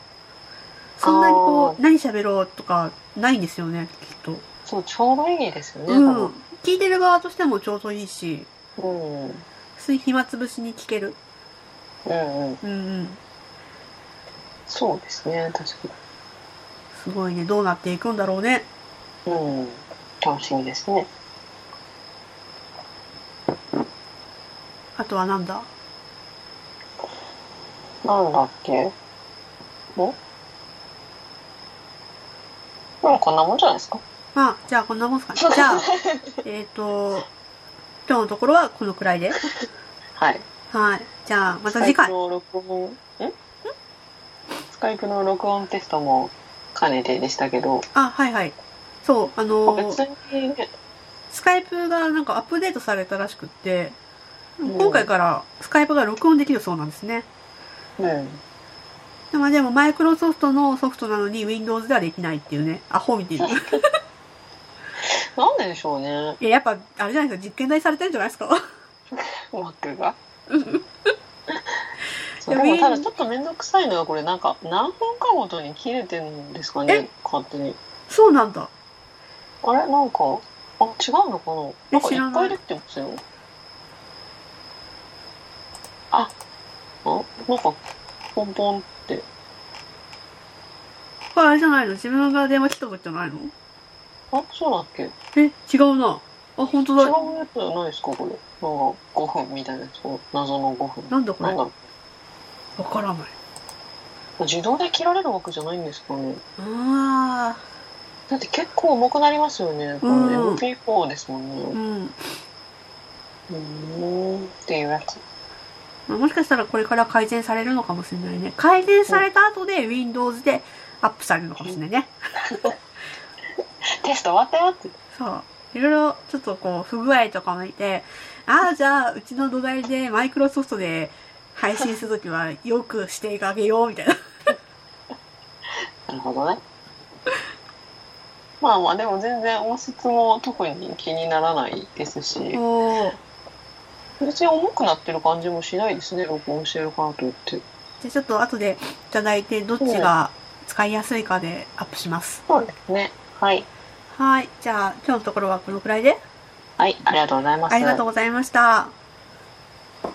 S1: そんなにこ
S2: あ
S1: う、何喋ろうとか、ないんですよね、きっと。
S2: そう、ちょうどいいですよね、
S1: うん。聞いてる側としてもちょうどいいし、
S2: 多分。うん。
S1: 普通に暇つぶしに聞ける。
S2: うんうん。
S1: うんうん。
S2: そうですね、確か
S1: すごいね、どうなっていくんだろうね。
S2: に。うん。楽しみですね。
S1: あとはなんだ
S2: なんだっけんまあこんなもんじゃないですか。
S1: まあ、じゃあこんなもんすかね。じゃあ、えっ、と、今日のところはこのくらいで。
S2: はい。
S1: はい。じゃあ、また次
S2: スカイプ
S1: 回。
S2: の録音、んスカイプの録音テストも兼ねてでしたけど、
S1: あ、はいはい。そう、あの
S2: 別
S1: ー、
S2: にね、
S1: スカイプがなんかアップデートされたらしくって、
S2: うん
S1: 今回からスカイプが録音できるそうなんですね。
S2: うん。
S1: でもでも、マイクロソフトのソフトなのに Windows ではできないっていうね。アホみたいな。い
S2: なんででしょうね、
S1: や、やっぱ、あれじゃないですか、実験台されてるんじゃないですか。
S2: マック
S1: <laughs>
S2: が。
S1: で
S2: で
S1: も
S2: もただちょっと面倒くさいのはこれなんか何分かごとに切れてるんですかね勝手に
S1: <laughs> そうなんだ。
S2: あれなんかあ違うのかななんか
S1: 知
S2: い
S1: ら
S2: っ
S1: な
S2: ぱ
S1: い
S2: い出てますよああなんかポンポンって
S1: これあれじゃないの自分が電話切ったことじゃないの
S2: あそうだっけ違う
S1: え、違うな。あ、本当だ。
S2: やつじゃないですかこれなんか5分みたいなやつこう謎の5分
S1: なんだこれ
S2: なんだろ
S1: わからないう
S2: 自動で切られるわけじゃないんですかね
S1: あ
S2: だって結構重くなりますよねこ
S1: うん
S2: の MP4 ですもんね
S1: あうん、
S2: うーんっていうやつ
S1: まあもしかしたらこれから改善されるのかもしれないね改善された後で Windows でアップされるのかもしれないね
S2: テスト終わったよって
S1: そういろいろちょっとこう不具合とかもいてああじゃあうちの土台でマイクロソフトで配信するときはよく指定が上げようみたいな
S2: なるほどね。 <laughs> まあまあでも全然音質も特に気にならないですし、
S1: おー
S2: 別に重くなってる感じもしないですね、録音してるからといって。
S1: じゃあちょっと後でいただいてどっちが使いやすいかでアップします
S2: そうですね。はい。
S1: はいじゃあ今日のところはこのくらいで
S2: はい、ありがとうございます。
S1: ありがとうございました